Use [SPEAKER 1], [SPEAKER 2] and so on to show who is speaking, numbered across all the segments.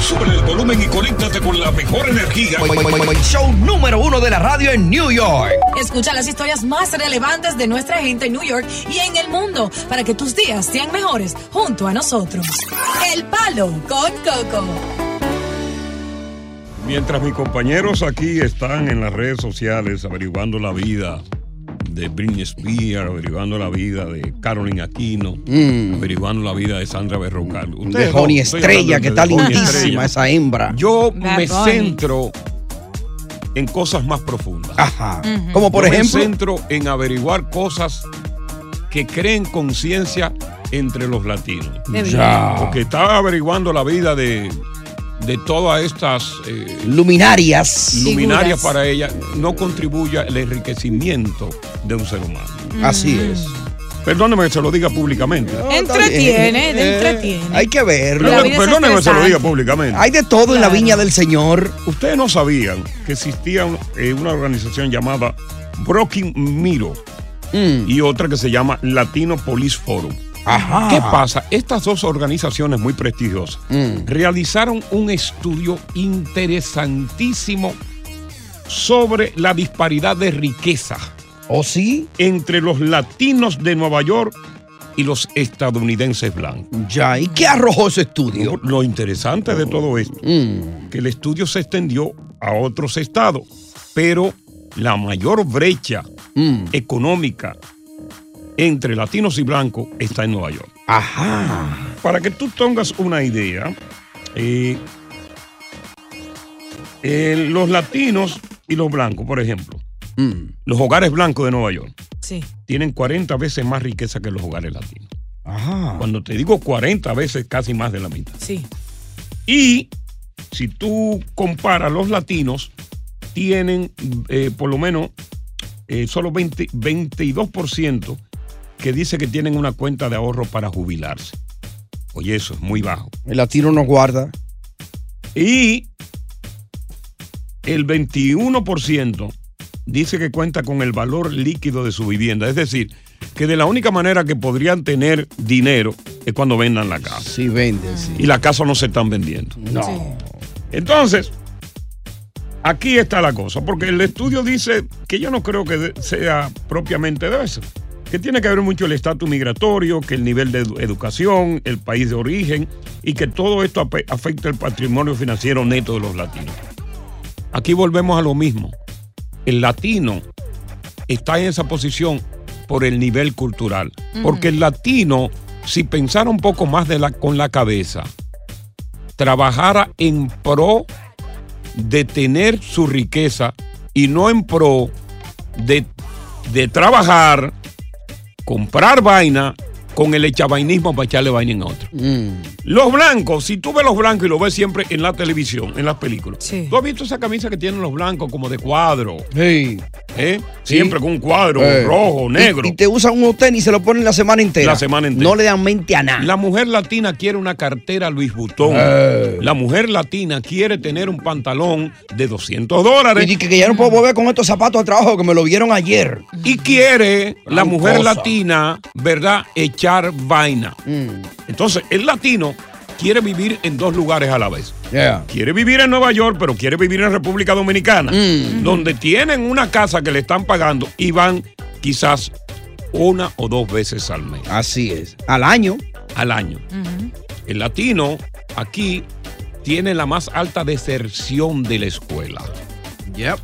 [SPEAKER 1] Sube el volumen y conéctate con la mejor energía. Boy,
[SPEAKER 2] boy, boy, Show número uno de la radio en New York.
[SPEAKER 3] Escucha las historias más relevantes de nuestra gente en New York y en el mundo para que tus días sean mejores junto a nosotros. El Palo con Coco.
[SPEAKER 1] Mientras mis compañeros aquí están en las redes sociales averiguando la vida de Britney Spears, averiguando la vida de Carolyn Aquino, mm. averiguando la vida de Sandra Berrocal.
[SPEAKER 2] De Johnny no, Estrella, que está lindísima esa hembra.
[SPEAKER 1] Yo Bad me Bunny. centro en cosas más profundas.
[SPEAKER 2] Ajá. Uh -huh. Como por
[SPEAKER 1] Yo
[SPEAKER 2] ejemplo.
[SPEAKER 1] Me centro en averiguar cosas que creen conciencia entre los latinos.
[SPEAKER 2] Ya.
[SPEAKER 1] Porque estaba averiguando la vida de de todas estas eh,
[SPEAKER 2] luminarias.
[SPEAKER 1] Luminarias Figuras. para ella no contribuya el enriquecimiento de un ser humano.
[SPEAKER 2] Mm. Así es.
[SPEAKER 1] Perdóneme que se lo diga públicamente.
[SPEAKER 3] No, entretiene, eh, entretiene.
[SPEAKER 2] Hay que verlo.
[SPEAKER 1] Perdóneme que se lo diga públicamente.
[SPEAKER 2] Hay de todo claro. en la viña del Señor.
[SPEAKER 1] Ustedes no sabían que existía eh, una organización llamada Broken Miro mm. y otra que se llama Latino Police Forum.
[SPEAKER 2] Ajá.
[SPEAKER 1] ¿Qué pasa? Estas dos organizaciones muy prestigiosas mm. realizaron un estudio interesantísimo sobre la disparidad de riqueza.
[SPEAKER 2] ¿O ¿Oh, sí?
[SPEAKER 1] Entre los latinos de Nueva York y los estadounidenses blancos.
[SPEAKER 2] Ya, ¿y qué arrojó ese estudio?
[SPEAKER 1] Lo, lo interesante de todo esto, mm. que el estudio se extendió a otros estados, pero la mayor brecha mm. económica entre latinos y blancos está en Nueva York.
[SPEAKER 2] Ajá.
[SPEAKER 1] Para que tú tengas una idea, eh, eh, los latinos y los blancos, por ejemplo, mm. los hogares blancos de Nueva York
[SPEAKER 3] sí.
[SPEAKER 1] tienen 40 veces más riqueza que los hogares latinos.
[SPEAKER 4] Ah.
[SPEAKER 2] Ajá.
[SPEAKER 1] Cuando te digo 40 veces, casi más de la mitad.
[SPEAKER 3] Sí.
[SPEAKER 1] Y si tú comparas, los latinos tienen eh, por lo menos eh, solo 20, 22% que dice que tienen una cuenta de ahorro para jubilarse. Oye, eso es muy bajo.
[SPEAKER 2] El latino no guarda.
[SPEAKER 1] Y el 21% dice que cuenta con el valor líquido de su vivienda. Es decir, que de la única manera que podrían tener dinero es cuando vendan la casa.
[SPEAKER 2] Sí, venden, sí.
[SPEAKER 1] Y la casa no se están vendiendo.
[SPEAKER 2] No. Sí.
[SPEAKER 1] Entonces, aquí está la cosa, porque el estudio dice que yo no creo que sea propiamente de eso que tiene que ver mucho el estatus migratorio, que el nivel de edu educación, el país de origen y que todo esto afecta el patrimonio financiero neto de los latinos. Aquí volvemos a lo mismo. El latino está en esa posición por el nivel cultural, uh -huh. porque el latino, si pensara un poco más de la, con la cabeza, trabajara en pro de tener su riqueza y no en pro de, de trabajar, comprar vaina con el echabainismo para echarle vaina en otro.
[SPEAKER 2] Mm.
[SPEAKER 1] Los blancos, si tú ves los blancos y lo ves siempre en la televisión, en las películas, sí. tú has visto esa camisa que tienen los blancos como de cuadro.
[SPEAKER 2] Sí.
[SPEAKER 1] ¿Eh? Sí. Siempre con un cuadro eh. rojo, negro.
[SPEAKER 2] Y, y, te usan unos tenis y se lo ponen la semana entera.
[SPEAKER 1] La semana entera.
[SPEAKER 2] No le dan mente a nada.
[SPEAKER 1] La mujer latina quiere una cartera Luis Butón. Eh. La mujer latina quiere tener un pantalón de 200 dólares.
[SPEAKER 2] Y dice que ya no puedo volver con estos zapatos al trabajo que me lo vieron ayer.
[SPEAKER 1] Y quiere Gran la mujer cosa. latina, ¿verdad? Echar vaina.
[SPEAKER 2] Mm.
[SPEAKER 1] Entonces, el latino quiere vivir en dos lugares a la vez.
[SPEAKER 2] Yeah.
[SPEAKER 1] Quiere vivir en Nueva York, pero quiere vivir en República Dominicana,
[SPEAKER 2] mm.
[SPEAKER 1] donde tienen una casa que le están pagando y van quizás una o dos veces al mes.
[SPEAKER 5] Así es. Al año.
[SPEAKER 1] Al año. El latino aquí tiene la más alta deserción de la escuela.
[SPEAKER 5] Yep.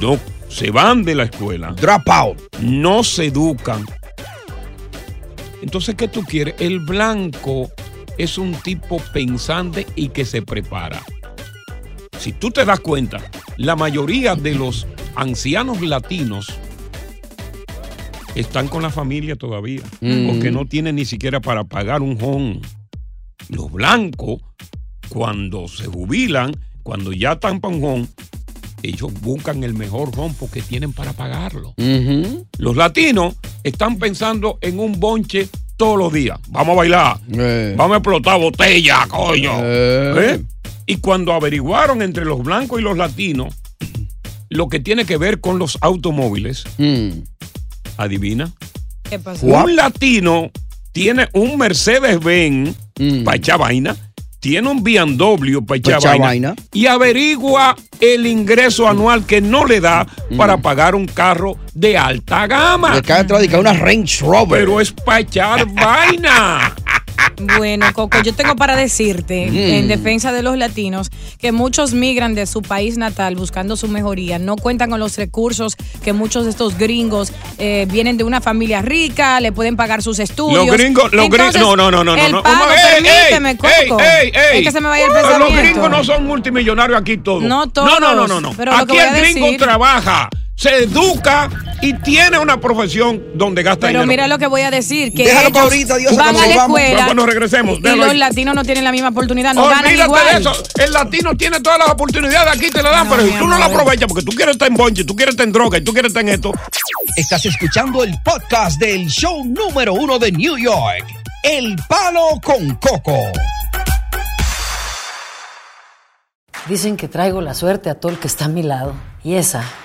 [SPEAKER 1] No se van de la escuela.
[SPEAKER 5] Drop out.
[SPEAKER 1] No se educan. Entonces, ¿qué tú quieres? El blanco es un tipo pensante y que se prepara. Si tú te das cuenta, la mayoría de los ancianos latinos están con la familia todavía,
[SPEAKER 6] Mm.
[SPEAKER 1] porque no tienen ni siquiera para pagar un home. Los blancos, cuando se jubilan, cuando ya están para un home, ellos buscan el mejor home porque tienen para pagarlo. Los latinos están pensando en un bonche todos los días. Vamos a bailar. Vamos a explotar botella, coño. ¿Eh? Y cuando averiguaron entre los blancos y los latinos lo que tiene que ver con los automóviles,
[SPEAKER 5] Mm.
[SPEAKER 1] adivina.
[SPEAKER 3] ¿Qué pasó?
[SPEAKER 1] Un latino tiene un Mercedes-Benz para echar vaina, tiene un BMW para echar
[SPEAKER 5] Mm. Pa' echar
[SPEAKER 1] vaina,
[SPEAKER 5] vaina.
[SPEAKER 1] y averigua el ingreso anual que no le da para
[SPEAKER 5] Mm.
[SPEAKER 1] pagar un carro de alta gama.
[SPEAKER 5] Le cae atrás de que una Range Rover.
[SPEAKER 1] Pero es para echar vaina.
[SPEAKER 3] Bueno, Coco, yo tengo para decirte,
[SPEAKER 1] Mm.
[SPEAKER 3] en defensa de los latinos, que muchos migran de su país natal buscando su mejoría. No cuentan con los recursos que muchos de estos gringos eh, vienen de una familia rica, le pueden pagar sus estudios.
[SPEAKER 1] Los gringos, los
[SPEAKER 3] Entonces,
[SPEAKER 1] gringos. No, no, no, no, no,
[SPEAKER 3] el
[SPEAKER 1] no.
[SPEAKER 3] pago,
[SPEAKER 1] Ey, ey,
[SPEAKER 3] permíteme,
[SPEAKER 1] ey,
[SPEAKER 3] Coco.
[SPEAKER 1] ey, ey.
[SPEAKER 3] Es que se me vaya el
[SPEAKER 1] Los
[SPEAKER 3] pensamiento.
[SPEAKER 1] gringos no son multimillonarios aquí todos.
[SPEAKER 3] No
[SPEAKER 1] No, no, no,
[SPEAKER 3] todos,
[SPEAKER 1] no. no.
[SPEAKER 3] pero lo que
[SPEAKER 1] aquí
[SPEAKER 3] voy
[SPEAKER 1] el
[SPEAKER 3] a
[SPEAKER 1] gringo
[SPEAKER 3] decir-
[SPEAKER 1] trabaja, se educa y tiene una profesión donde gasta
[SPEAKER 3] Pero
[SPEAKER 1] dinero.
[SPEAKER 3] mira lo que voy a decir, que
[SPEAKER 1] Déjalo
[SPEAKER 3] ellos
[SPEAKER 1] para ahorita, Diosa,
[SPEAKER 3] van
[SPEAKER 1] cuando
[SPEAKER 3] a la
[SPEAKER 1] volvamos.
[SPEAKER 3] escuela
[SPEAKER 1] Cuando regresemos,
[SPEAKER 3] y
[SPEAKER 1] déjalo
[SPEAKER 3] los
[SPEAKER 1] ahí.
[SPEAKER 3] latinos no tienen la misma oportunidad, no ganan
[SPEAKER 1] Olvídate
[SPEAKER 3] igual.
[SPEAKER 1] de eso. El latino tiene todas las oportunidades aquí, te la dan, pero si tú no la aprovechas porque tú quieres estar en bonche, tú quieres estar en droga y tú quieres estar en esto.
[SPEAKER 5] Estás escuchando el podcast del show número uno de New York. El palo con coco.
[SPEAKER 7] Dicen que traigo la suerte a todo el que está a mi lado. Y esa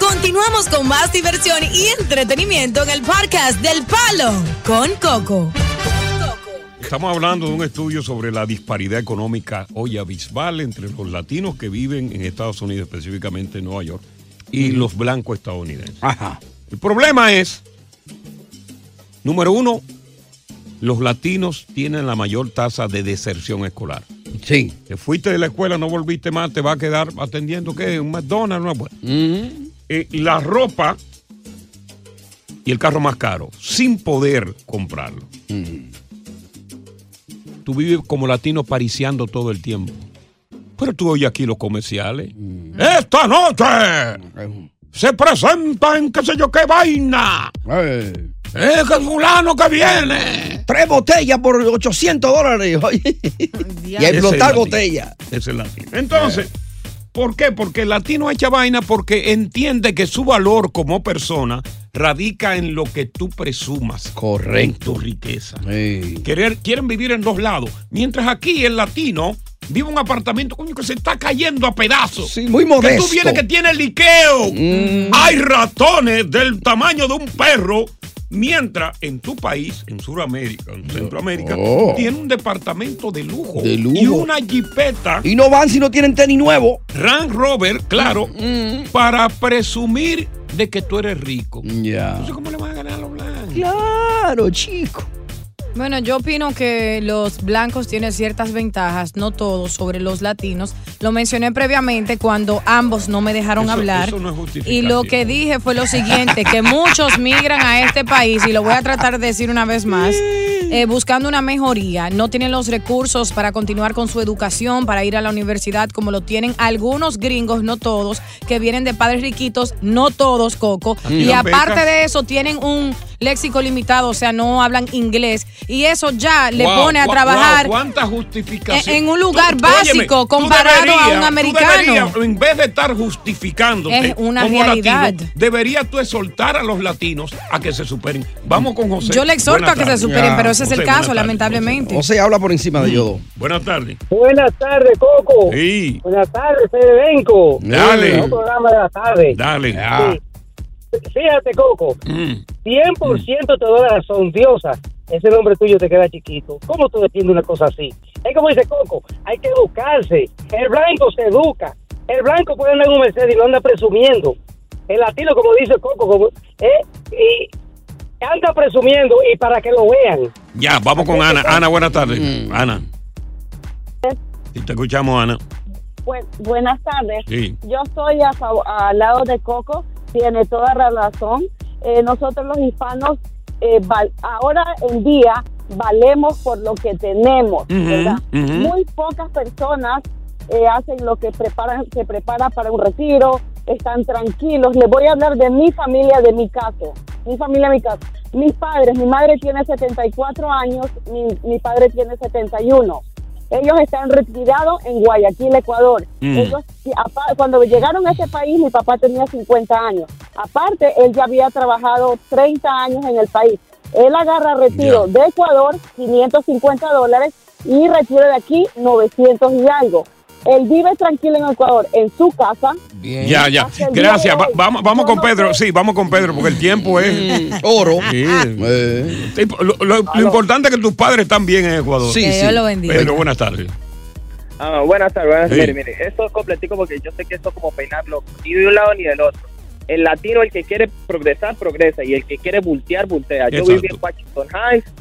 [SPEAKER 3] Continuamos con más diversión y entretenimiento en el podcast del Palo con Coco.
[SPEAKER 1] Estamos hablando de un estudio sobre la disparidad económica hoy abismal entre los latinos que viven en Estados Unidos, específicamente en Nueva York, y los blancos estadounidenses. El problema es, número uno, los latinos tienen la mayor tasa de deserción escolar.
[SPEAKER 5] Sí.
[SPEAKER 1] Te fuiste de la escuela, no volviste más, te va a quedar atendiendo qué, un McDonald's, una pues. Eh, la ropa y el carro más caro, sin poder comprarlo. Tú vives como latino pariciando todo el tiempo. Pero tú oyes aquí los comerciales. ¡Esta noche! Se presenta en qué sé yo qué vaina. ¡Es que fulano que viene!
[SPEAKER 5] Tres botellas por 800 dólares. oye. y a
[SPEAKER 1] Ese
[SPEAKER 5] explotar
[SPEAKER 1] es latino.
[SPEAKER 5] botellas.
[SPEAKER 1] Ese es latino. Entonces, ¿por qué? Porque el latino echa vaina porque entiende que su valor como persona radica en lo que tú presumas.
[SPEAKER 5] Correcto.
[SPEAKER 1] En tu riqueza. Querer- quieren vivir en dos lados. Mientras aquí el latino vive un apartamento coño, que se está cayendo a pedazos. Sí,
[SPEAKER 5] muy
[SPEAKER 1] Que
[SPEAKER 5] modesto. Mm.
[SPEAKER 1] tú vienes que tiene liqueo. Hay ratones del tamaño de un perro. Mientras en tu país, en Sudamérica, en Centroamérica,
[SPEAKER 5] Oh.
[SPEAKER 1] tiene un departamento de lujo.
[SPEAKER 5] De lujo.
[SPEAKER 1] Y una jipeta.
[SPEAKER 5] Y no van si no tienen tenis nuevo.
[SPEAKER 1] Range Rover, claro,
[SPEAKER 5] Mm,
[SPEAKER 1] para presumir de que tú eres rico. Entonces, ¿cómo le van a ganar a los blancos?
[SPEAKER 5] Claro, chico.
[SPEAKER 3] Bueno, yo opino que los blancos tienen ciertas ventajas, no todos, sobre los latinos. Lo mencioné previamente cuando ambos no me dejaron
[SPEAKER 1] Eso-
[SPEAKER 3] hablar.
[SPEAKER 1] eso no es justificación.
[SPEAKER 3] y lo que dije fue lo siguiente, que muchos migran a este país, y lo voy a tratar de decir una vez más, eh, buscando una mejoría. No tienen los recursos para continuar con su educación, para ir a la universidad, como lo tienen algunos gringos, no todos, que vienen de padres riquitos, no todos, Coco.
[SPEAKER 8] Aquí
[SPEAKER 3] Y
[SPEAKER 8] dan becas.
[SPEAKER 3] aparte de eso, tienen un léxico limitado, o sea, no hablan inglés. Y eso ya le
[SPEAKER 9] Wow,
[SPEAKER 3] pone a
[SPEAKER 9] wow,
[SPEAKER 3] trabajar
[SPEAKER 9] wow, ¿Cuánta
[SPEAKER 3] en,
[SPEAKER 9] justificación?
[SPEAKER 3] en un lugar
[SPEAKER 9] Tú- tú óyeme,
[SPEAKER 3] básico
[SPEAKER 9] tú
[SPEAKER 3] comparado a
[SPEAKER 9] deberías-
[SPEAKER 3] un
[SPEAKER 9] tú
[SPEAKER 3] americano.
[SPEAKER 9] deberías, en vez de estar justificándote
[SPEAKER 3] Es una
[SPEAKER 9] como
[SPEAKER 3] realidad.
[SPEAKER 9] latino, deberías tú exhortar a los latinos a que se superen. Vamos con José.
[SPEAKER 3] Yo le exhorto
[SPEAKER 9] Buenas
[SPEAKER 3] a que se
[SPEAKER 9] tardes.
[SPEAKER 3] superen,
[SPEAKER 9] Ya,
[SPEAKER 3] pero ese es el
[SPEAKER 9] José,
[SPEAKER 3] caso,
[SPEAKER 9] buenas tardes.
[SPEAKER 3] lamentablemente.
[SPEAKER 4] José habla por encima de yodo.
[SPEAKER 1] Buenas tardes.
[SPEAKER 10] Buenas tardes, Coco.
[SPEAKER 1] Sí.
[SPEAKER 10] Buenas tardes, Fedebenco.
[SPEAKER 1] Dale.
[SPEAKER 10] Un programa de la tarde.
[SPEAKER 1] Dale. Mm.
[SPEAKER 10] Sí. Fíjate, Coco. 100% te doy la razón, diosa. Ese nombre tuyo te queda chiquito. ¿Cómo tú defiendes una cosa así? Es como dice Coco, hay que educarse. El blanco se educa. El blanco puede andar en un Mercedes y lo anda presumiendo. El latino, como dice Coco, como, ¿eh? y anda presumiendo y para que lo vean.
[SPEAKER 1] Ya, vamos con Ana. Ana, buenas tardes. Ana. Si te escuchamos, Ana.
[SPEAKER 11] Bu- buenas tardes.
[SPEAKER 1] Sí.
[SPEAKER 11] Yo estoy a fav- al lado de Coco, tiene toda la razón. Eh, nosotros los hispanos, eh, val- ahora en día, valemos por lo que tenemos,
[SPEAKER 12] Ujú,
[SPEAKER 11] ¿verdad?
[SPEAKER 12] ujú.
[SPEAKER 11] Muy pocas personas eh, hacen lo que preparan, se prepara para un retiro, están tranquilos. Les voy a hablar de mi familia, de mi caso. Mi familia, mi caso. Mis padres, mi madre tiene 74 años, mi, mi padre tiene 71. Ellos están retirados en Guayaquil, Ecuador.
[SPEAKER 12] Mm.
[SPEAKER 11] Ellos, y apa- cuando llegaron a este país, mi papá tenía 50 años. Aparte, él ya había trabajado 30 años en el país. Él agarra retiro de Ecuador, 550 dólares, y retiro de aquí, 900 y algo. Él vive tranquilo en Ecuador, en su casa.
[SPEAKER 1] Ya, ya.
[SPEAKER 11] Hasta el día
[SPEAKER 1] Gracias.
[SPEAKER 11] de
[SPEAKER 1] Va-
[SPEAKER 11] hoy.
[SPEAKER 1] vamos vamos con Pedro. Sí, vamos con Pedro, porque el tiempo es oro. Lo, lo- lo importante es que tus padres están bien en Ecuador.
[SPEAKER 5] Sí, Que sí. Dios lo bendiga.
[SPEAKER 1] Pedro, buenas tardes.
[SPEAKER 5] Ah, buenas tardes, buenas tardes.
[SPEAKER 1] Sí.
[SPEAKER 5] Mire, mire, esto es completico porque yo sé que esto es como peinarlo ni de un lado ni del otro. El latino, el que quiere progresar, progresa. Y el que quiere bultear, bultea. Yo
[SPEAKER 13] Exacto.
[SPEAKER 5] viví en Washington Heights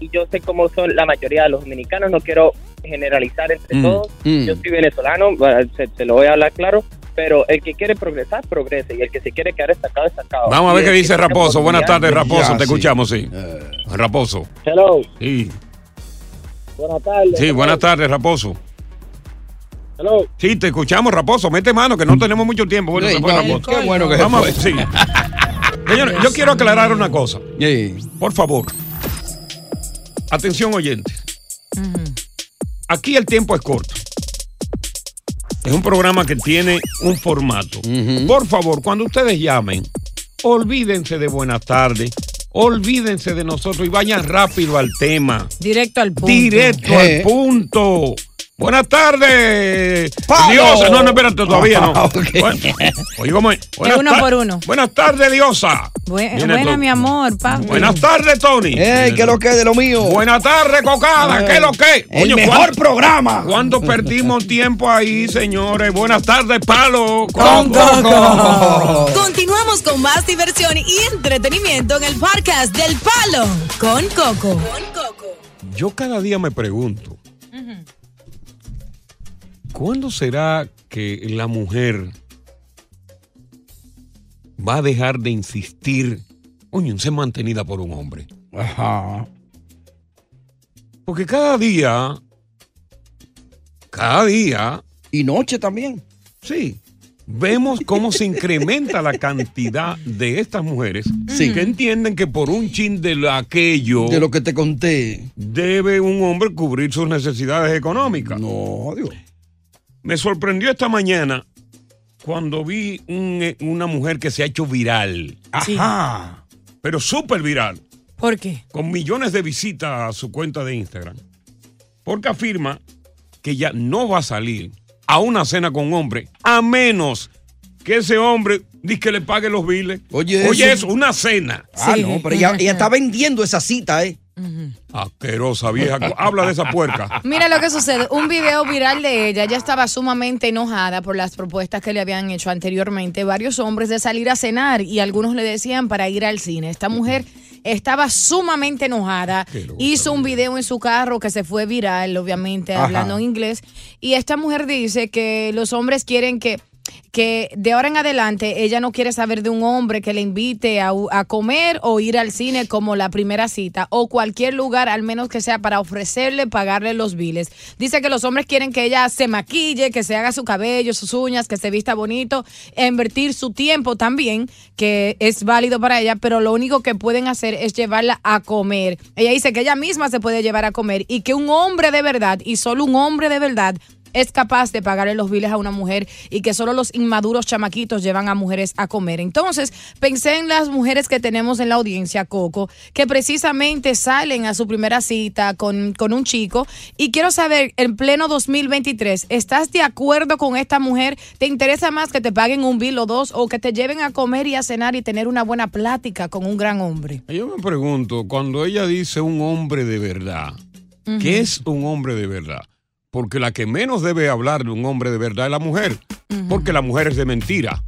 [SPEAKER 5] y yo sé cómo son la mayoría de los dominicanos. No quiero generalizar entre
[SPEAKER 13] Mm,
[SPEAKER 5] todos.
[SPEAKER 13] mm.
[SPEAKER 5] Yo soy venezolano, bueno, se, se lo voy a hablar claro. Pero el que quiere progresar, progresa. Y el que se quiere quedar estancado, estancado.
[SPEAKER 1] Vamos a ver
[SPEAKER 5] Y
[SPEAKER 1] qué
[SPEAKER 5] el que
[SPEAKER 1] dice
[SPEAKER 5] tiene
[SPEAKER 1] Raposo. Buenas tardes,
[SPEAKER 5] oportunidad-
[SPEAKER 1] Raposo.
[SPEAKER 5] Ya,
[SPEAKER 1] Te
[SPEAKER 5] sí.
[SPEAKER 1] escuchamos, sí. Raposo.
[SPEAKER 10] Hello.
[SPEAKER 1] Sí.
[SPEAKER 10] Buenas tardes.
[SPEAKER 1] Sí, buenas tardes, Raposo.
[SPEAKER 10] Hello.
[SPEAKER 1] Sí, te escuchamos, Raposo. Mete mano, que no tenemos mucho tiempo. Bueno,
[SPEAKER 4] Sí,
[SPEAKER 1] se fue
[SPEAKER 4] no,
[SPEAKER 1] Raposo.
[SPEAKER 4] qué bueno que se
[SPEAKER 1] Vamos a-
[SPEAKER 4] fue.
[SPEAKER 1] sí. Señores, yo quiero aclarar una cosa. Por favor. Atención, oyente. Aquí el tiempo es corto. Es un programa que tiene un formato. Por favor, cuando ustedes llamen, olvídense de buenas tardes, olvídense de nosotros y vayan rápido al tema.
[SPEAKER 3] Directo al punto.
[SPEAKER 1] Directo
[SPEAKER 4] Eh.
[SPEAKER 1] al punto. Buenas tardes.
[SPEAKER 3] Pablo.
[SPEAKER 1] Diosa. No, no, espérate, todavía no.
[SPEAKER 3] Ah,
[SPEAKER 1] Bueno, oye, ¿cómo es? Buenas
[SPEAKER 3] uno
[SPEAKER 1] tar-
[SPEAKER 3] por uno.
[SPEAKER 1] Buenas tardes, Diosa.
[SPEAKER 3] Bue-
[SPEAKER 1] Viene
[SPEAKER 3] buena,
[SPEAKER 1] todo.
[SPEAKER 3] mi amor, Pablo.
[SPEAKER 1] Buenas tardes, Tony.
[SPEAKER 4] ¡Ey, Eh, qué lo que es de lo mío!
[SPEAKER 1] Buenas tardes, Cocada. ¿Qué es lo que?
[SPEAKER 4] El mejor
[SPEAKER 1] programa. ¿Cuándo perdimos tiempo ahí, señores? Buenas tardes, Palo.
[SPEAKER 4] Con Coco.
[SPEAKER 3] Continuamos con más diversión y entretenimiento en el podcast del Palo con Coco.
[SPEAKER 1] Yo cada día me pregunto, ¿cuándo será que la mujer va a dejar de insistir coño, en ser mantenida por un hombre? Ajá. Porque cada día, cada día... Y noche también. Sí. Vemos cómo se incrementa la cantidad de estas mujeres que entienden que por un chin de lo- aquello...
[SPEAKER 4] De lo que te conté.
[SPEAKER 1] debe un hombre cubrir sus necesidades económicas. No, Dios. Me sorprendió esta mañana cuando vi un- eh, una mujer que se ha hecho viral. Ajá. Pero súper viral.
[SPEAKER 3] ¿Por qué?
[SPEAKER 1] Con millones de visitas a su cuenta de Instagram. Porque afirma que ya no va a salir a una cena con un hombre a menos que ese hombre dice que le pague los biles. Oye,
[SPEAKER 4] eso.
[SPEAKER 1] es una cena.
[SPEAKER 4] Ah, no, pero ella, ella está vendiendo esa cita, ¿eh?
[SPEAKER 1] Asquerosa vieja. Habla de esa puerca.
[SPEAKER 3] Mira lo que sucede, un video viral de ella, ella estaba sumamente enojada por las propuestas que le habían hecho anteriormente varios hombres de salir a cenar y algunos le decían para ir al cine. Esta mujer estaba sumamente enojada, hizo un video en su carro que se fue viral, obviamente,
[SPEAKER 14] Ajá.
[SPEAKER 3] hablando en inglés, y esta mujer dice que los hombres quieren que que de ahora en adelante ella no quiere saber de un hombre que le invite a, a comer o ir al cine como la primera cita o cualquier lugar, al menos que sea para ofrecerle pagarle los biles. Dice que los hombres quieren que ella se maquille, que se haga su cabello, sus uñas, que se vista bonito, e invertir su tiempo también, que es válido para ella, pero lo único que pueden hacer es llevarla a comer. Ella dice que ella misma se puede llevar a comer y que un hombre de verdad y solo un hombre de verdad es capaz de pagarle los biles a una mujer y que solo los inmaduros chamaquitos llevan a mujeres a comer. Entonces, pensé en las mujeres que tenemos en la audiencia, Coco, que precisamente salen a su primera cita con, con un chico y quiero saber, en pleno 2023, ¿estás de acuerdo con esta mujer? ¿Te interesa más que te paguen un bill o dos o que te lleven a comer y a cenar y tener una buena plática con un gran hombre?
[SPEAKER 1] Yo me pregunto, cuando ella dice un hombre de verdad,
[SPEAKER 3] Ujú.
[SPEAKER 1] ¿qué es un hombre de verdad? Porque la que menos debe hablar de un hombre de verdad es la mujer, porque la mujer es de mentira.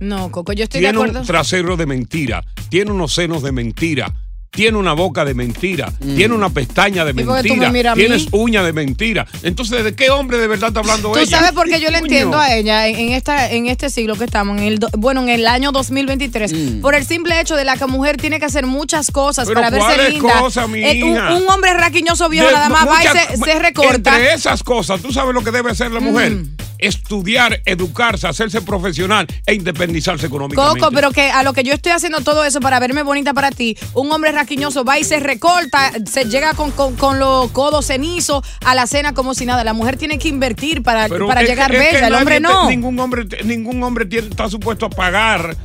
[SPEAKER 3] No, Coco, yo estoy de
[SPEAKER 1] Tiene
[SPEAKER 3] acuerdo.
[SPEAKER 1] un trasero de mentira, tiene unos senos de mentira, tiene una boca de mentira, tiene una pestaña de
[SPEAKER 3] Mm. ¿Y por qué tú me
[SPEAKER 1] mentira,
[SPEAKER 3] miras a mí?
[SPEAKER 1] tienes uña de mentira. Entonces, ¿de qué hombre de verdad está hablando
[SPEAKER 3] Tú
[SPEAKER 1] ella?
[SPEAKER 3] sabes por qué yo le
[SPEAKER 1] Coño.
[SPEAKER 3] entiendo a ella en, en esta, en este siglo que estamos, en el do- bueno, en el año 2023, por el simple hecho de la que mujer tiene que hacer muchas cosas
[SPEAKER 1] Mm. Pero
[SPEAKER 3] para verse
[SPEAKER 1] ¿cuáles
[SPEAKER 3] linda.
[SPEAKER 1] cosas, mi
[SPEAKER 3] Eh, un,
[SPEAKER 1] hija?
[SPEAKER 3] un hombre raquiñoso viejo
[SPEAKER 1] De-
[SPEAKER 3] nada más va y
[SPEAKER 1] muchas-
[SPEAKER 3] se, se recorta. Mm.
[SPEAKER 1] Entre esas cosas, tú sabes lo que debe hacer la mujer. Estudiar, educarse, hacerse profesional e independizarse económicamente.
[SPEAKER 3] Coco, pero que a lo que yo estoy haciendo todo eso para verme bonita para ti, un hombre raquiñoso va y se recorta, se llega con, con- con los codos cenizos a la cena como si nada. La mujer tiene que invertir para,
[SPEAKER 1] Pero
[SPEAKER 3] para
[SPEAKER 1] es
[SPEAKER 3] llegar
[SPEAKER 1] que- es que
[SPEAKER 3] bella, el
[SPEAKER 1] nadie
[SPEAKER 3] hombre
[SPEAKER 1] te-
[SPEAKER 3] no.
[SPEAKER 1] ningún hombre, te- ningún hombre tiene- está supuesto a pagar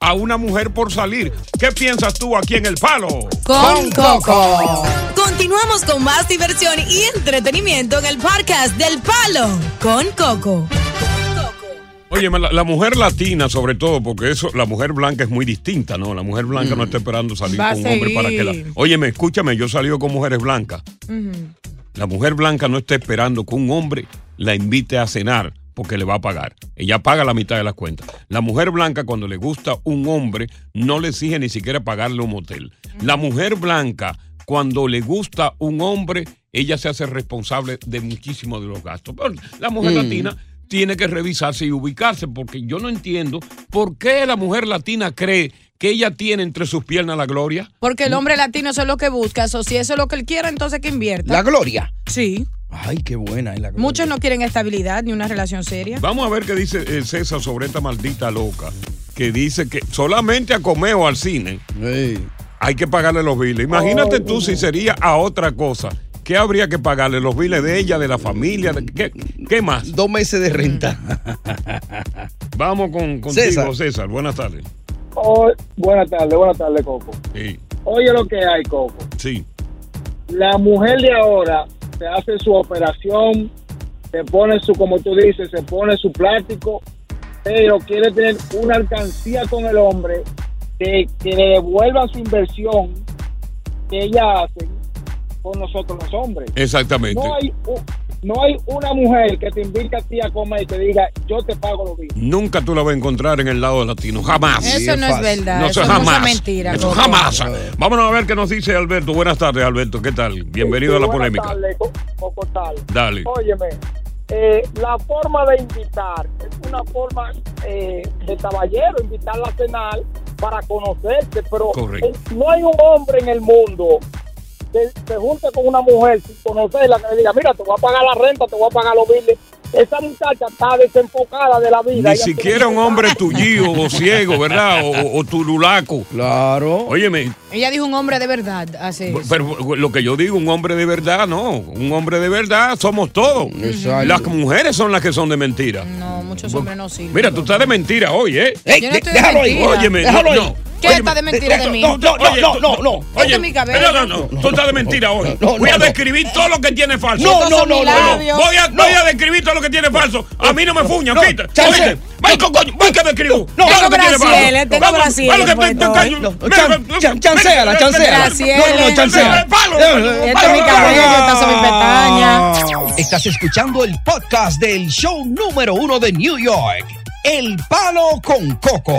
[SPEAKER 1] a una mujer por salir. ¿Qué piensas tú aquí en el palo?
[SPEAKER 3] Con Coco. Continuamos con más diversión y entretenimiento en el podcast del Palo con Coco.
[SPEAKER 1] Oye, la, la mujer latina, sobre todo, porque eso, la mujer blanca es muy distinta, ¿no? La mujer blanca no está esperando salir
[SPEAKER 3] Va a
[SPEAKER 1] con un hombre para que la.
[SPEAKER 3] seguir.
[SPEAKER 1] Óyeme, escúchame, yo he salido con mujeres blancas. La mujer blanca no está esperando que un hombre la invite a cenar porque le va a pagar. Ella paga la mitad de las cuentas. La mujer blanca cuando le gusta un hombre no le exige ni siquiera pagarle un motel. La mujer blanca cuando le gusta un hombre, ella se hace responsable de muchísimo de los gastos. Pero la mujer
[SPEAKER 15] Mm.
[SPEAKER 1] latina tiene que revisarse y ubicarse porque yo no entiendo por qué la mujer latina cree que ella tiene entre sus piernas la gloria.
[SPEAKER 3] Porque el hombre latino eso es lo que busca, o si eso es lo que él quiere, entonces que invierta.
[SPEAKER 1] La gloria.
[SPEAKER 3] Sí.
[SPEAKER 1] Ay, qué buena es la
[SPEAKER 3] Muchos no quieren estabilidad ni una relación seria.
[SPEAKER 1] Vamos a ver qué dice eh, César sobre esta maldita loca que dice que solamente a comer o al cine hay que pagarle los biles. Imagínate tú si sería a otra cosa. ¿Qué habría que pagarle? ¿Los biles de ella, de la familia? de- ¿Qué, qué más?
[SPEAKER 2] Dos meses de renta.
[SPEAKER 1] Vamos con, contigo,
[SPEAKER 2] César.
[SPEAKER 1] César. Buenas tardes.
[SPEAKER 15] Oh, buenas tardes, buenas tardes, Coco.
[SPEAKER 1] Sí,
[SPEAKER 15] Oye lo que hay, Coco.
[SPEAKER 1] sí.
[SPEAKER 15] La mujer de ahora se hace su operación, se pone su, como tú dices, se pone su plástico, pero quiere tener una alcancía con el hombre que, que le devuelva su inversión que ella hace con nosotros los hombres.
[SPEAKER 1] Exactamente.
[SPEAKER 15] No hay, u- no hay una mujer que te invite a ti a comer y te diga, yo te pago los biles.
[SPEAKER 1] Nunca tú la vas a encontrar en el lado latino. Jamás.
[SPEAKER 3] Eso Sí, es no es fácil. verdad,
[SPEAKER 1] No,
[SPEAKER 3] eso es mucha
[SPEAKER 1] jamás.
[SPEAKER 3] mentira,
[SPEAKER 1] Eso
[SPEAKER 3] Coco.
[SPEAKER 1] jamás. Vámonos a ver qué nos dice Alberto. Buenas tardes, Alberto. ¿Qué tal? Bienvenido
[SPEAKER 15] Sí,
[SPEAKER 1] a la
[SPEAKER 15] buenas
[SPEAKER 1] polémica.
[SPEAKER 15] tardes, Co- Coco Tal.
[SPEAKER 1] Dale.
[SPEAKER 15] Óyeme, eh, la forma de invitar es una forma eh, de caballero, invitarla a cenar para conocerse, pero
[SPEAKER 16] Correcto.
[SPEAKER 15] eh, no hay un hombre en el mundo que se junte con una mujer sin conocerla que le diga, mira, te voy a pagar la renta, te voy a pagar los biles. Esa muchacha está desenfocada de la vida.
[SPEAKER 1] Ni
[SPEAKER 15] Ella
[SPEAKER 1] siquiera un hombre tullido o ciego, ¿verdad? O, o- o turulaco. Claro. Óyeme,
[SPEAKER 3] Ella dijo un hombre de verdad hace.
[SPEAKER 1] pero lo que yo digo, un hombre de verdad, no. Un hombre de verdad somos todos.
[SPEAKER 3] Exacto.
[SPEAKER 1] Las mujeres son las que son de mentira.
[SPEAKER 3] No, muchos hombres no sirven.
[SPEAKER 1] Mira, tú estás de mentira hoy, ¿eh?
[SPEAKER 3] Ey, Yo no de- estoy de déjalo ahí. mentira.
[SPEAKER 1] Óyeme,
[SPEAKER 3] Déjalo
[SPEAKER 1] no,
[SPEAKER 3] ahí.
[SPEAKER 1] no.
[SPEAKER 3] ¿Qué
[SPEAKER 1] Óyeme,
[SPEAKER 3] está de mentira de mí?
[SPEAKER 1] No, no, no,
[SPEAKER 3] Oye,
[SPEAKER 1] no, no, no.
[SPEAKER 3] Esto es
[SPEAKER 1] Oye,
[SPEAKER 3] mi cabello.
[SPEAKER 1] No, no, no. Tú estás de mentira hoy. Voy a describir todo lo que tiene falso.
[SPEAKER 2] No, no, no, no, no.
[SPEAKER 1] Voy a, voy a describir todo lo que tiene falso. A mí no me fuñan, quita. Oíste, Ven, con coño, ven que describo.
[SPEAKER 2] No,
[SPEAKER 1] Todo lo que tiene
[SPEAKER 2] Brasil,
[SPEAKER 1] falso.
[SPEAKER 2] eh, tengo
[SPEAKER 1] Vamos,
[SPEAKER 2] Brasil,
[SPEAKER 1] vamos, que
[SPEAKER 2] pues,
[SPEAKER 1] te- te-
[SPEAKER 2] no.
[SPEAKER 1] caño.
[SPEAKER 2] No,
[SPEAKER 1] Ven,
[SPEAKER 2] chan-
[SPEAKER 1] ven, ven,
[SPEAKER 2] chan- chancéala,
[SPEAKER 1] ven,
[SPEAKER 2] chancéala.
[SPEAKER 1] ven, ven,
[SPEAKER 2] No, no, no, chancéala.
[SPEAKER 1] ven, palo,
[SPEAKER 2] Eh, eh,
[SPEAKER 1] palo, palo,
[SPEAKER 2] eh,
[SPEAKER 1] palo.
[SPEAKER 2] eh,
[SPEAKER 3] está sobre pestaña.
[SPEAKER 2] Estás escuchando el podcast del show número uno de New York, El Palo con Coco.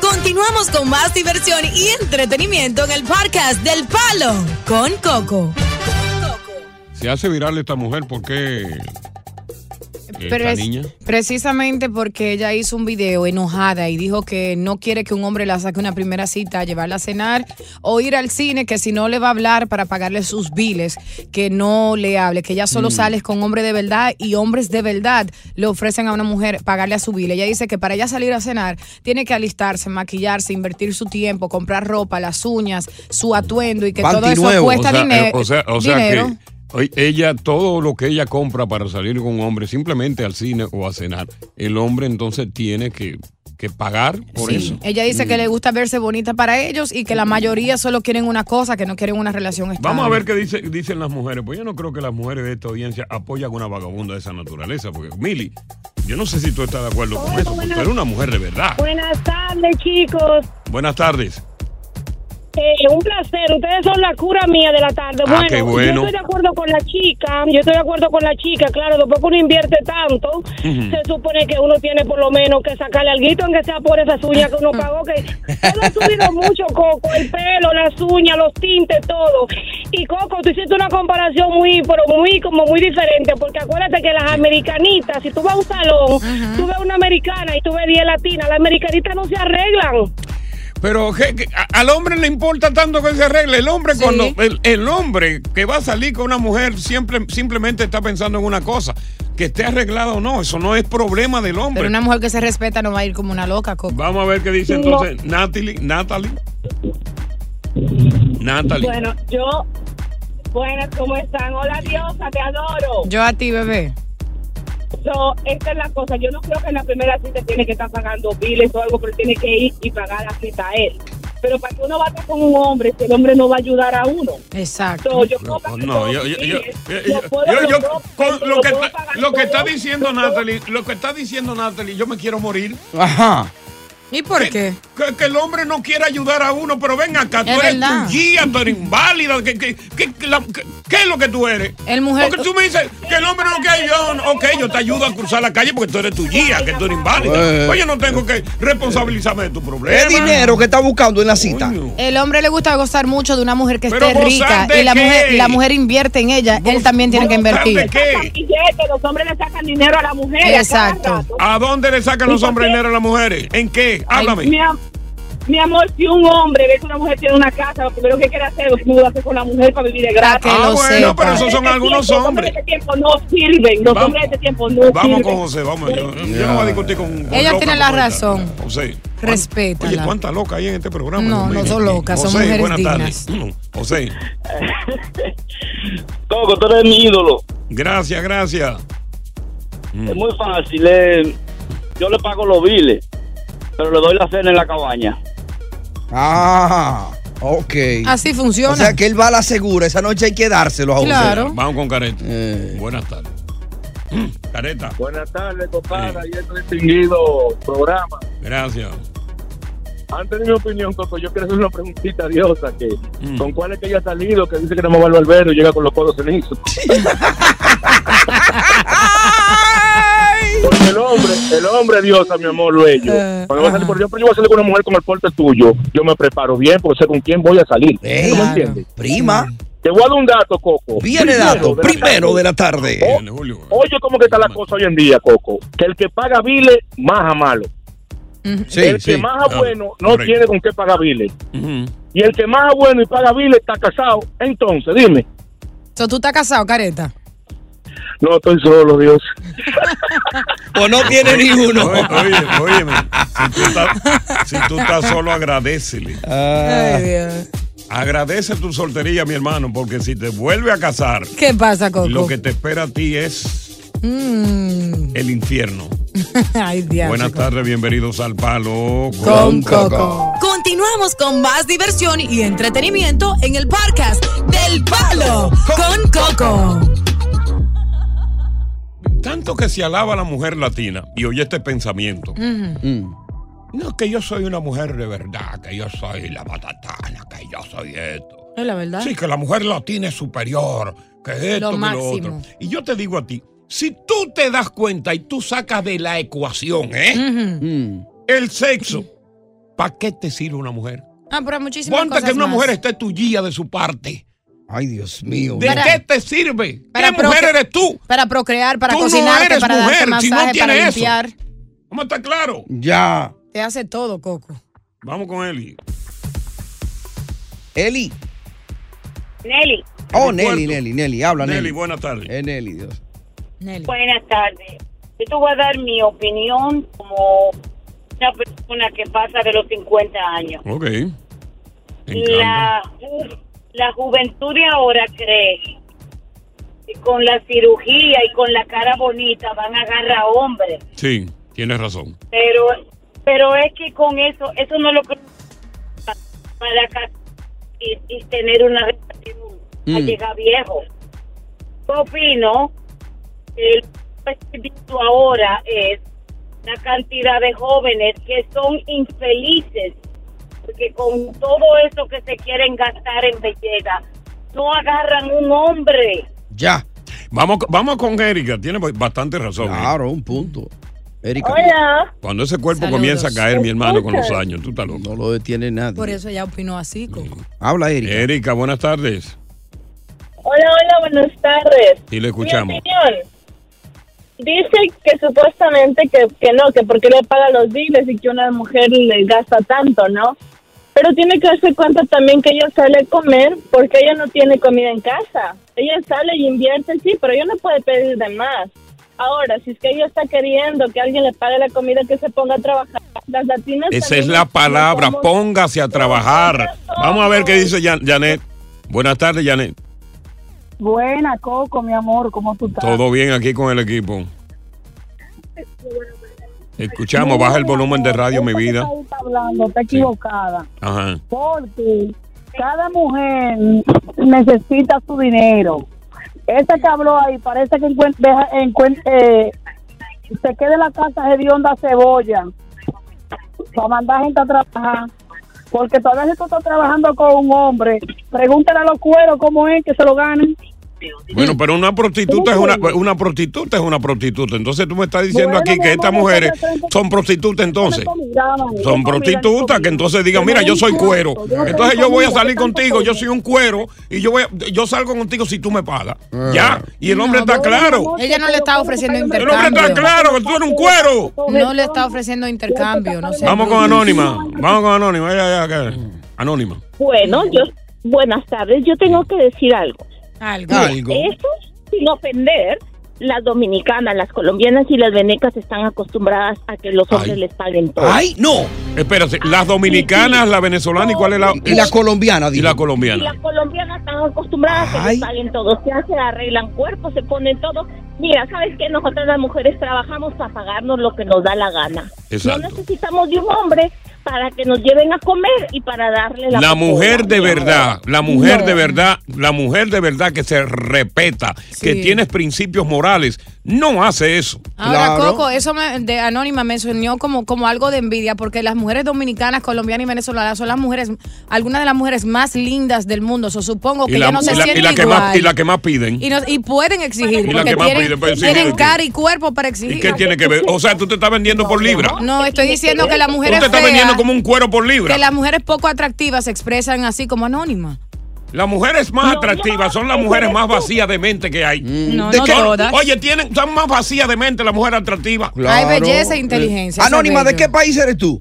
[SPEAKER 16] Continuamos con más diversión y entretenimiento en el podcast del Palo con Coco.
[SPEAKER 1] Se hace viral esta mujer porque esta
[SPEAKER 3] Pres-
[SPEAKER 1] Eh, niña
[SPEAKER 3] Precisamente porque ella hizo un video enojada y dijo que no quiere que un hombre la saque a una primera cita, llevarla a cenar o ir al cine, que si no le va a hablar para pagarle sus biles, que no le hable, que ella solo
[SPEAKER 17] Mm.
[SPEAKER 3] sales con hombre de verdad y hombres de verdad le ofrecen a una mujer pagarle a su bill. Ella dice que para ella salir a cenar tiene que alistarse, maquillarse, invertir su tiempo, comprar ropa, las uñas, su atuendo y que todo eso cuesta
[SPEAKER 1] o sea,
[SPEAKER 3] dine-
[SPEAKER 1] eh, o sea, o sea
[SPEAKER 3] dinero.
[SPEAKER 1] que oye, ella, todo lo que ella compra para salir con un hombre, simplemente al cine o a cenar, el hombre entonces tiene que, que pagar por eso.
[SPEAKER 3] Ella dice que
[SPEAKER 1] Mm.
[SPEAKER 3] le gusta verse bonita para ellos y que la mayoría solo quieren una cosa, que no quieren una relación estable.
[SPEAKER 1] Vamos a ver qué dice- dicen las mujeres. Pues yo no creo que las mujeres de esta audiencia apoyan una vagabunda de esa naturaleza. Porque, Mili, yo no sé si tú estás de acuerdo con eso. porque Tú eres una mujer de verdad.
[SPEAKER 18] Buenas tardes, chicos.
[SPEAKER 1] Buenas tardes.
[SPEAKER 18] Eh, un placer. Ustedes son la cura mía de la tarde.
[SPEAKER 1] Ah, qué bueno.
[SPEAKER 18] yo estoy de acuerdo con la chica. Yo estoy de acuerdo con la chica. Claro, después que uno invierte tanto,
[SPEAKER 1] Ujú.
[SPEAKER 18] se supone que uno tiene por lo menos que sacarle algo, aunque sea por esas uñas que uno pagó. Que él ha subido mucho, Coco. El pelo, las uñas, los tintes, todo. Y Coco, tú hiciste una comparación muy, pero muy, como muy diferente. Porque acuérdate que las americanitas, si tú vas a un salón, tú ves una americana y tú ves 10 latinas, las americanitas no se arreglan.
[SPEAKER 1] Pero ¿qué- qué- a- al hombre le importa tanto que se arregle. El hombre,
[SPEAKER 18] Sí.
[SPEAKER 1] cuando el, el hombre que va a salir con una mujer siempre, simplemente está pensando en una cosa. Que esté arreglada o no, eso no es problema del hombre.
[SPEAKER 3] Pero una mujer que se respeta no va a ir como una loca, Coco.
[SPEAKER 1] Vamos a ver qué dice
[SPEAKER 3] No.
[SPEAKER 1] entonces Natalie. Natalie. Natalie.
[SPEAKER 18] Bueno, yo. Buenas, ¿cómo están? Hola, diosa, te adoro.
[SPEAKER 3] Yo a ti, bebé.
[SPEAKER 18] So, esta es la cosa. Yo no creo que en la primera cita tiene que estar pagando biles o algo, pero tiene que ir y pagar la cita a él. Pero para que uno vaya con un hombre, si el hombre no va a ayudar a uno.
[SPEAKER 3] Exacto.
[SPEAKER 18] So, yo
[SPEAKER 1] No,
[SPEAKER 18] como que
[SPEAKER 1] no,
[SPEAKER 18] todos
[SPEAKER 1] yo, yo, yo,
[SPEAKER 18] biles,
[SPEAKER 1] yo-
[SPEAKER 18] lo
[SPEAKER 1] yo-
[SPEAKER 18] puedo,
[SPEAKER 1] yo-
[SPEAKER 18] lo
[SPEAKER 1] yo-
[SPEAKER 18] puedo,
[SPEAKER 1] con lo que
[SPEAKER 18] puedo
[SPEAKER 1] está,
[SPEAKER 18] pagar
[SPEAKER 1] lo que está
[SPEAKER 18] todo.
[SPEAKER 1] diciendo Natalie, lo que está diciendo Natalie, yo me quiero morir.
[SPEAKER 2] Ajá.
[SPEAKER 3] ¿Y por
[SPEAKER 1] qué? Que, que el hombre no quiere ayudar a uno, pero ven acá, tú
[SPEAKER 3] Es
[SPEAKER 1] eres
[SPEAKER 3] verdad.
[SPEAKER 1] tu guía, tú eres inválida. ¿Qué, qué, qué- qué- la- qué- qué es lo que tú eres?
[SPEAKER 3] El mujer-
[SPEAKER 1] Porque tú me dices que el hombre no quiere ayudar. Ok, yo te ayudo a cruzar la calle porque tú eres tu guía, que tú eres inválida.
[SPEAKER 2] Eh.
[SPEAKER 1] Oye, no tengo que responsabilizarme de tu problema.
[SPEAKER 2] ¿Qué dinero que está buscando en la cita?
[SPEAKER 3] El hombre le gusta gozar mucho de una mujer que
[SPEAKER 2] Pero
[SPEAKER 3] esté rica
[SPEAKER 2] ¿gozar de
[SPEAKER 3] y la
[SPEAKER 2] qué?
[SPEAKER 3] mujer, la mujer invierte en ella, él también tiene que invertir.
[SPEAKER 1] ¿Qué?
[SPEAKER 18] billetes, los hombres le sacan dinero a la mujer. a cada
[SPEAKER 3] Exacto.
[SPEAKER 1] ¿A dónde le sacan los hombres dinero a las mujeres? ¿En qué? Ah, Háblame.
[SPEAKER 18] Mi, am- mi amor, si un hombre ve que una mujer tiene una casa, lo primero que quiere hacer es mudarse con la mujer para vivir de gratis.
[SPEAKER 1] que Ah, lo bueno, sepa. pero esos son
[SPEAKER 18] Los
[SPEAKER 1] algunos
[SPEAKER 18] tiempos, Los
[SPEAKER 1] hombres.
[SPEAKER 18] hombres de este tiempo no sirven. Los
[SPEAKER 1] Vamos-
[SPEAKER 18] hombres de este tiempo no
[SPEAKER 1] Vamos
[SPEAKER 18] sirven.
[SPEAKER 1] con José, vamos. Yo, yo no voy a discutir con, con
[SPEAKER 3] Ella
[SPEAKER 1] loca
[SPEAKER 3] tiene la
[SPEAKER 1] como esta.
[SPEAKER 3] razón.
[SPEAKER 1] José.
[SPEAKER 3] Respétala.
[SPEAKER 1] Oye, ¿cuántas locas hay en este programa?
[SPEAKER 3] No,
[SPEAKER 1] Dios
[SPEAKER 3] no
[SPEAKER 1] mío.
[SPEAKER 3] son locas, son
[SPEAKER 1] José,
[SPEAKER 3] mujeres
[SPEAKER 1] buenas tardes.
[SPEAKER 3] dignas.
[SPEAKER 1] Mm, José.
[SPEAKER 19] Coco, tú eres mi ídolo.
[SPEAKER 1] Gracias, gracias. Mm.
[SPEAKER 19] Es muy fácil. eh. Yo le pago los biles, pero le doy la cena en la cabaña.
[SPEAKER 2] Ah, ok.
[SPEAKER 3] Así funciona.
[SPEAKER 2] O sea que él va a la segura. Esa noche hay que dárselo a José. Eh.
[SPEAKER 3] Claro.
[SPEAKER 1] Vamos con Careta. Buenas tardes. Mm, Careta.
[SPEAKER 20] Buenas tardes, compadre, y este distinguido programa.
[SPEAKER 1] Gracias.
[SPEAKER 20] Antes de mi opinión, Coco, yo quiero hacer una preguntita diosa que ¿con cuál es que ella ha salido que dice que no me va al barbero y llega con los codos cenizos? Porque el hombre, el hombre diosa, mi amor, lo es yo. Cuando voy a salir por ejemplo, yo voy a salir con una mujer como el porte tuyo, yo me preparo bien porque sé con quién voy a salir.
[SPEAKER 5] Eh.
[SPEAKER 20] ¿Tú me entiendes?
[SPEAKER 2] Prima.
[SPEAKER 20] Te voy a dar un dato, Coco.
[SPEAKER 2] Viene dato, primero de la tarde.
[SPEAKER 20] Oye, ¿cómo que está la cosa hoy en día, Coco? Que el que paga biles, maja malo.
[SPEAKER 2] Sí,
[SPEAKER 20] el que
[SPEAKER 2] sí,
[SPEAKER 20] maja
[SPEAKER 1] Ah,
[SPEAKER 2] claro,
[SPEAKER 20] bueno no
[SPEAKER 2] correcto.
[SPEAKER 20] tiene con qué pagar biles. Y el que maja bueno y paga biles está casado. Entonces, dime.
[SPEAKER 3] So, tú estás casado, careta.
[SPEAKER 20] No estoy solo, Dios.
[SPEAKER 2] o no tiene ni uno.
[SPEAKER 1] Oye, óyeme. Si tú estás, si tú estás solo, agradecele.
[SPEAKER 2] Ay,
[SPEAKER 3] Dios.
[SPEAKER 1] Agradece tu soltería, mi hermano, porque si te vuelve a casar,
[SPEAKER 3] ¿Qué pasa, Coco?
[SPEAKER 1] lo que te espera a ti es
[SPEAKER 3] Mm.
[SPEAKER 1] el infierno.
[SPEAKER 21] Ay, Dios.
[SPEAKER 1] Buenas tardes, bienvenidos al Palo
[SPEAKER 21] Con Coco.
[SPEAKER 22] Continuamos con más diversión y entretenimiento en el podcast del Palo con Coco.
[SPEAKER 1] Tanto que se alaba a la mujer latina y oye este pensamiento. Mm. No, que yo soy una mujer de verdad, que yo soy la patatana, que yo soy esto.
[SPEAKER 21] Es la verdad.
[SPEAKER 1] Sí, que la mujer latina es superior, que esto,
[SPEAKER 21] Lo
[SPEAKER 1] que lo
[SPEAKER 21] máximo.
[SPEAKER 1] otro. Y yo te digo a ti, si tú te das cuenta y tú sacas de la ecuación, ¿eh? El sexo, ¿para qué te sirve una mujer?
[SPEAKER 21] Ah, pero muchísimas
[SPEAKER 1] Cuenta
[SPEAKER 21] cosas
[SPEAKER 1] que una
[SPEAKER 21] más.
[SPEAKER 1] mujer esté tuya de su parte.
[SPEAKER 4] Ay, Dios mío.
[SPEAKER 1] ¿De
[SPEAKER 21] Para-
[SPEAKER 1] qué te sirve?
[SPEAKER 21] para
[SPEAKER 1] ¿Qué mujer
[SPEAKER 21] proque-
[SPEAKER 1] eres tú?
[SPEAKER 21] Para procrear, para
[SPEAKER 1] Tú no
[SPEAKER 21] cocinarte,
[SPEAKER 1] eres
[SPEAKER 21] para
[SPEAKER 1] mujer,
[SPEAKER 21] darte
[SPEAKER 1] si no
[SPEAKER 21] masaje, para
[SPEAKER 1] tienes eso.
[SPEAKER 21] limpiar.
[SPEAKER 1] ¿Cómo está claro?
[SPEAKER 4] Ya.
[SPEAKER 21] Te hace todo, Coco.
[SPEAKER 1] Vamos con Eli.
[SPEAKER 4] Eli.
[SPEAKER 23] Nelly.
[SPEAKER 4] Oh,
[SPEAKER 23] Recuerdo.
[SPEAKER 4] Nelly, Nelly, Nelly. Habla, Nelly.
[SPEAKER 1] Nelly, buenas tardes.
[SPEAKER 4] Es Nelly, Dios.
[SPEAKER 23] Buenas tardes. Yo te voy a dar mi opinión como una persona que pasa de los 50 años.
[SPEAKER 1] Ok.
[SPEAKER 23] La, ju- la juventud de ahora cree que con la cirugía y con la cara bonita van a agarrar a hombres.
[SPEAKER 1] Sí, tienes razón.
[SPEAKER 23] Pero, pero es que con eso, eso no es lo que para ca- y, y tener una relación a
[SPEAKER 3] Mm.
[SPEAKER 23] llegar viejo. Yo opino que el visto ahora es la cantidad de jóvenes que son infelices porque con todo eso que se quieren gastar en belleza no agarran un hombre.
[SPEAKER 4] Ya.
[SPEAKER 1] Vamos, vamos con Erika, tiene bastante razón. ¿eh?
[SPEAKER 4] Claro, un punto. Erika.
[SPEAKER 23] Hola.
[SPEAKER 1] Cuando ese cuerpo
[SPEAKER 21] Saludos.
[SPEAKER 1] comienza a caer, mi hermano, con los
[SPEAKER 21] Escucha.
[SPEAKER 1] años, tú estás loco.
[SPEAKER 4] No lo detiene nadie.
[SPEAKER 21] Por eso ya opinó así, Coco.
[SPEAKER 4] Habla, Erika.
[SPEAKER 1] Erika, buenas tardes.
[SPEAKER 3] Hola, hola, buenas tardes.
[SPEAKER 1] Y le escuchamos.
[SPEAKER 3] Mi opinión. Dice que supuestamente que, que no, que porque le paga los biles y que una mujer le gasta tanto, ¿no? Pero tiene que darse cuenta también que ella sale a comer porque ella no tiene comida en casa. Ella sale y invierte, sí, pero ella no puede pedir de más. Ahora, si es que ella está queriendo que alguien le pague la comida, que se ponga a trabajar. Las latinas
[SPEAKER 1] Esa
[SPEAKER 3] también
[SPEAKER 1] es la palabra,
[SPEAKER 3] somos-
[SPEAKER 1] póngase a trabajar. Vamos a ver qué dice Jan- Janet. Buenas tardes, Janet.
[SPEAKER 3] Buena, Coco, mi amor, ¿cómo tú estás?
[SPEAKER 1] Todo bien aquí con el equipo.
[SPEAKER 3] Este,
[SPEAKER 1] Escuchamos, baja el volumen de radio, mi vida.
[SPEAKER 3] Ahí está hablando, está equivocada.
[SPEAKER 1] Ajá.
[SPEAKER 3] Porque cada mujer necesita su dinero. Ese que habló ahí parece que encuen- deja- encuen- eh, se queda en la casa hedionda a cebolla para mandar gente a trabajar. Porque todavía si tú estás trabajando con un hombre, pregúntale a los cueros cómo es que se lo ganan.
[SPEAKER 1] Bueno, pero una prostituta es una, una prostituta es una prostituta. Entonces tú me estás diciendo
[SPEAKER 3] Bueno,
[SPEAKER 1] aquí
[SPEAKER 3] mi
[SPEAKER 1] que
[SPEAKER 3] amor,
[SPEAKER 1] estas
[SPEAKER 3] no
[SPEAKER 1] mujeres
[SPEAKER 3] te atreves.
[SPEAKER 1] son prostitutas entonces. Son prostitutas que entonces digan, mira, yo soy cuero.
[SPEAKER 3] yo soy
[SPEAKER 1] Entonces yo voy a
[SPEAKER 3] comida,
[SPEAKER 1] salir
[SPEAKER 3] yo soy
[SPEAKER 1] contigo, yo soy un cuero y yo voy a- yo salgo contigo si tú me pagas. Ya. Y el hombre está claro.
[SPEAKER 21] Ella no le está ofreciendo
[SPEAKER 1] El hombre
[SPEAKER 21] intercambio.
[SPEAKER 1] está claro que tú eres un cuero.
[SPEAKER 21] No le está ofreciendo intercambio, no sé.
[SPEAKER 1] Vamos con Anónima. Vamos con Anónima. Ya, ya, ya. Anónima.
[SPEAKER 3] Bueno, yo, buenas tardes, yo tengo que decir algo.
[SPEAKER 21] Algo.
[SPEAKER 3] Mira,
[SPEAKER 1] Algo.
[SPEAKER 3] Eso, sin ofender, las dominicanas, las colombianas y las venecas están acostumbradas a que los hombres les paguen todo.
[SPEAKER 1] no! Espérate, las dominicanas, la venezolana y cuál es la. Y la
[SPEAKER 4] colombiana,
[SPEAKER 1] Y la
[SPEAKER 3] Y
[SPEAKER 1] colombiana.
[SPEAKER 3] las colombianas están acostumbradas a que les paguen todo. Se hacen, arreglan cuerpos, se ponen todo. Mira, ¿sabes qué? Nosotras las mujeres trabajamos para pagarnos lo que nos da la gana. No
[SPEAKER 1] Exacto.
[SPEAKER 3] necesitamos de un hombre para que nos lleven a comer y para darle la
[SPEAKER 1] La mujer de
[SPEAKER 3] comida.
[SPEAKER 1] verdad, la mujer
[SPEAKER 3] No.
[SPEAKER 1] de verdad, la mujer de verdad que se respeta, que
[SPEAKER 21] Sí. Ah,
[SPEAKER 1] tiene principios morales, no hace eso.
[SPEAKER 2] ah,
[SPEAKER 21] Ahora, Coco, eso me- de Anónima me soñó como, como algo de envidia, porque las mujeres dominicanas, colombianas y venezolanas son las mujeres, algunas de las mujeres más lindas del mundo. So, supongo que
[SPEAKER 1] y, la,
[SPEAKER 21] ellas no se
[SPEAKER 1] y la- y
[SPEAKER 21] sienten
[SPEAKER 1] la que
[SPEAKER 21] igual.
[SPEAKER 1] más, y la que más piden.
[SPEAKER 21] Y no- y pueden exigir,
[SPEAKER 1] Y la
[SPEAKER 21] porque
[SPEAKER 1] que más
[SPEAKER 21] tienen,
[SPEAKER 1] pide, pues, sí,
[SPEAKER 21] tienen
[SPEAKER 1] sí.
[SPEAKER 21] cara y cuerpo para exigir.
[SPEAKER 1] ¿Y qué tiene que ver? O sea, tú te estás vendiendo por libra.
[SPEAKER 21] No, estoy diciendo que las
[SPEAKER 1] Tú
[SPEAKER 21] mujeres
[SPEAKER 1] te estás
[SPEAKER 21] feas,
[SPEAKER 1] vendiendo como un cuero por libra.
[SPEAKER 21] que las mujeres poco atractivas se expresan así como anónima.
[SPEAKER 1] Las mujeres más atractivas son las mujeres más vacías de mente que hay.
[SPEAKER 21] Mm. No,
[SPEAKER 1] ¿De
[SPEAKER 21] no
[SPEAKER 1] qué?
[SPEAKER 21] todas.
[SPEAKER 1] Oye, tienen, están más vacías de mente las mujeres atractivas.
[SPEAKER 21] Hay belleza e inteligencia. eso es
[SPEAKER 4] Anónima, ¿de
[SPEAKER 21] bello.
[SPEAKER 4] qué país eres tú?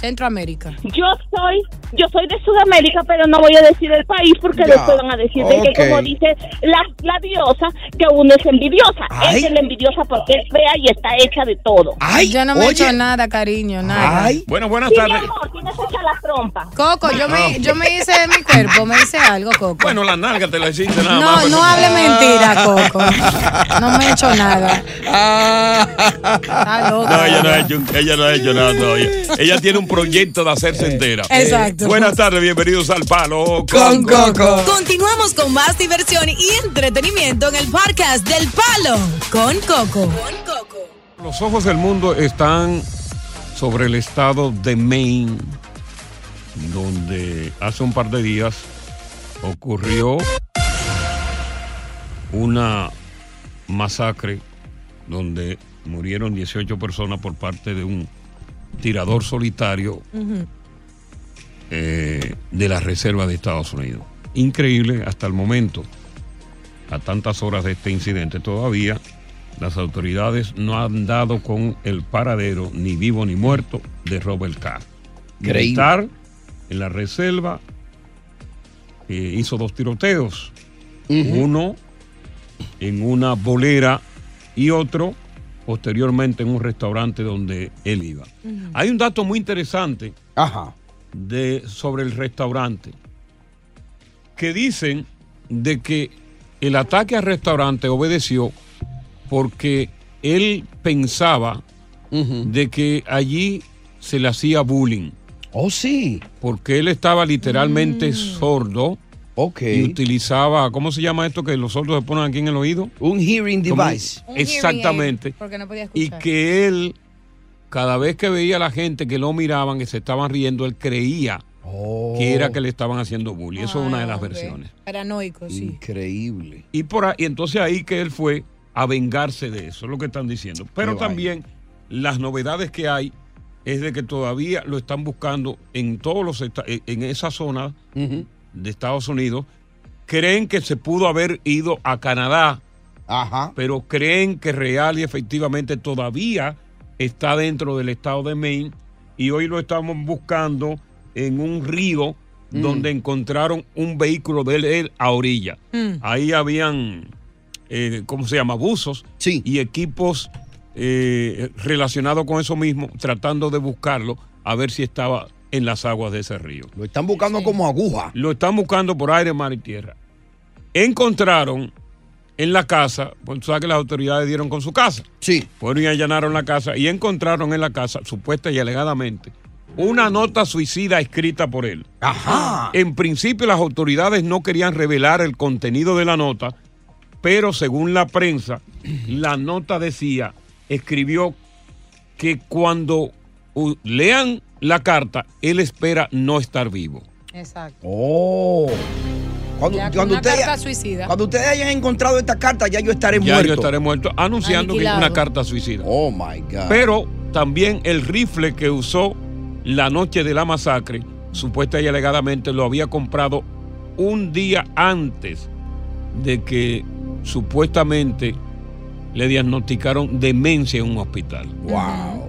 [SPEAKER 21] Centroamérica.
[SPEAKER 3] Yo soy, yo soy de Sudamérica, pero no voy a decir el país porque
[SPEAKER 4] Ya.
[SPEAKER 3] después van a decir de
[SPEAKER 4] Ok.
[SPEAKER 3] que como dice la, la diosa, que uno es envidiosa. Ella es la envidiosa porque es fea y está hecha de todo.
[SPEAKER 21] yo no me he hecho nada, cariño, nada.
[SPEAKER 1] Bueno, buenas
[SPEAKER 3] Sí, mi
[SPEAKER 1] tardes.
[SPEAKER 3] amor, tienes hecha la trompa.
[SPEAKER 21] Coco, yo
[SPEAKER 1] Ah.
[SPEAKER 21] me, yo me hice de mi cuerpo, me hice algo,
[SPEAKER 3] algo, Coco?
[SPEAKER 1] Bueno, la nalga te la hiciste nada más.
[SPEAKER 3] No,
[SPEAKER 1] pues,
[SPEAKER 3] no hable
[SPEAKER 16] Ah,
[SPEAKER 3] mentira, Coco. No me he hecho nada. Está
[SPEAKER 1] No,
[SPEAKER 3] loca.
[SPEAKER 1] ella no, ha hecho, ella no ha hecho nada todavía. Ella tiene un proyecto de hacerse entera.
[SPEAKER 16] Exacto.
[SPEAKER 1] Buenas tardes, bienvenidos al Palo
[SPEAKER 16] Con Continuamos con más diversión y entretenimiento en el podcast del Palo con Coco.
[SPEAKER 1] Los ojos del mundo están sobre el estado de Maine, donde hace un par de días ocurrió una masacre donde murieron 18 personas por parte de un tirador solitario eh, de la Reserva de Estados Unidos. Increíble hasta el momento, a tantas horas de este incidente todavía, las autoridades no han dado con el paradero, ni vivo ni muerto, de Robert Carr.
[SPEAKER 2] Increíble.
[SPEAKER 1] Militar en la reserva eh, hizo dos tiroteos, uno en una bolera y otro posteriormente en un restaurante donde él iba. Hay un dato muy interesante de, sobre el restaurante que dicen de que el ataque al restaurante obedeció porque él pensaba de que allí se le hacía bullying.
[SPEAKER 2] Oh, sí. Mm.
[SPEAKER 1] Porque él estaba literalmente sordo. Y utilizaba, ¿cómo se llama esto que los sordos se ponen aquí en el oído?
[SPEAKER 2] Un hearing
[SPEAKER 1] Como-
[SPEAKER 2] device.
[SPEAKER 3] Un hearing aid,
[SPEAKER 1] Exactamente
[SPEAKER 3] Porque no podía escuchar.
[SPEAKER 1] y que él, cada vez que veía a la gente que lo miraban, que se estaban riendo, él creía
[SPEAKER 2] Oh.
[SPEAKER 1] que era que le estaban haciendo bullying. Eso es una de
[SPEAKER 3] Ah,
[SPEAKER 1] las versiones.
[SPEAKER 3] Paranoico, sí.
[SPEAKER 2] Increíble.
[SPEAKER 1] Y por ahí, y entonces ahí que él fue a vengarse de eso, es lo que están diciendo. Pero
[SPEAKER 2] Qué vaina.
[SPEAKER 1] también las novedades que hay es de que todavía lo están buscando en todos los esta- en en esa zona de Estados Unidos. Creen que se pudo haber ido a Canadá, pero creen que real y efectivamente todavía está dentro del estado de Maine y hoy lo estamos buscando en un río
[SPEAKER 2] Mm.
[SPEAKER 1] donde encontraron un vehículo de él- él a orilla.
[SPEAKER 2] Mm.
[SPEAKER 1] Ahí habían eh, ¿cómo se llama? Abusos y equipos eh, relacionados con eso mismo, tratando de buscarlo a ver si estaba en las aguas de ese río.
[SPEAKER 2] Lo están buscando como aguja.
[SPEAKER 1] Lo están buscando por aire, mar y tierra. Encontraron en la casa, pues tú sabes que las autoridades dieron con su casa.
[SPEAKER 2] Sí.
[SPEAKER 1] Fueron y allanaron la casa y encontraron en la casa, supuesta y alegadamente, una nota suicida escrita por él.
[SPEAKER 2] Ajá.
[SPEAKER 1] En principio las autoridades no querían revelar el contenido de la nota, pero según la prensa, la nota decía, escribió que cuando uh, lean la carta, él espera no estar vivo.
[SPEAKER 3] Exacto.
[SPEAKER 2] Oh. Cuando,
[SPEAKER 3] Ya con
[SPEAKER 2] cuando
[SPEAKER 3] una
[SPEAKER 2] ustedes,
[SPEAKER 3] carta suicida.
[SPEAKER 2] cuando ustedes hayan encontrado esta carta, ya yo estaré
[SPEAKER 1] ya
[SPEAKER 2] muerto.
[SPEAKER 1] yo estaré muerto, anunciando que es
[SPEAKER 2] Aniquilado.
[SPEAKER 1] una carta suicida.
[SPEAKER 2] Oh my God.
[SPEAKER 1] Pero también el rifle que usó la noche de la masacre, supuesta y alegadamente, lo había comprado un día antes de que supuestamente le diagnosticaron demencia en un hospital.
[SPEAKER 2] Wow.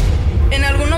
[SPEAKER 24] En alguna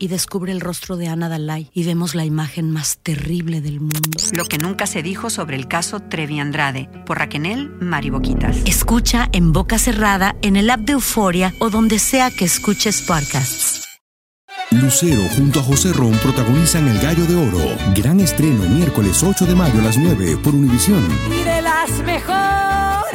[SPEAKER 21] Y descubre el rostro de Ana Dalai y vemos la imagen más terrible del mundo.
[SPEAKER 13] Lo que nunca se dijo sobre el caso Trevi Andrade por Raquel Mariboquitas.
[SPEAKER 21] Escucha en boca cerrada, en el app de Euforia o donde sea que escuches podcasts.
[SPEAKER 4] Lucero junto a José Ron protagonizan El Gallo de Oro. Gran estreno miércoles 8 de mayo a las 9 por Univisión.
[SPEAKER 25] y de las mejores.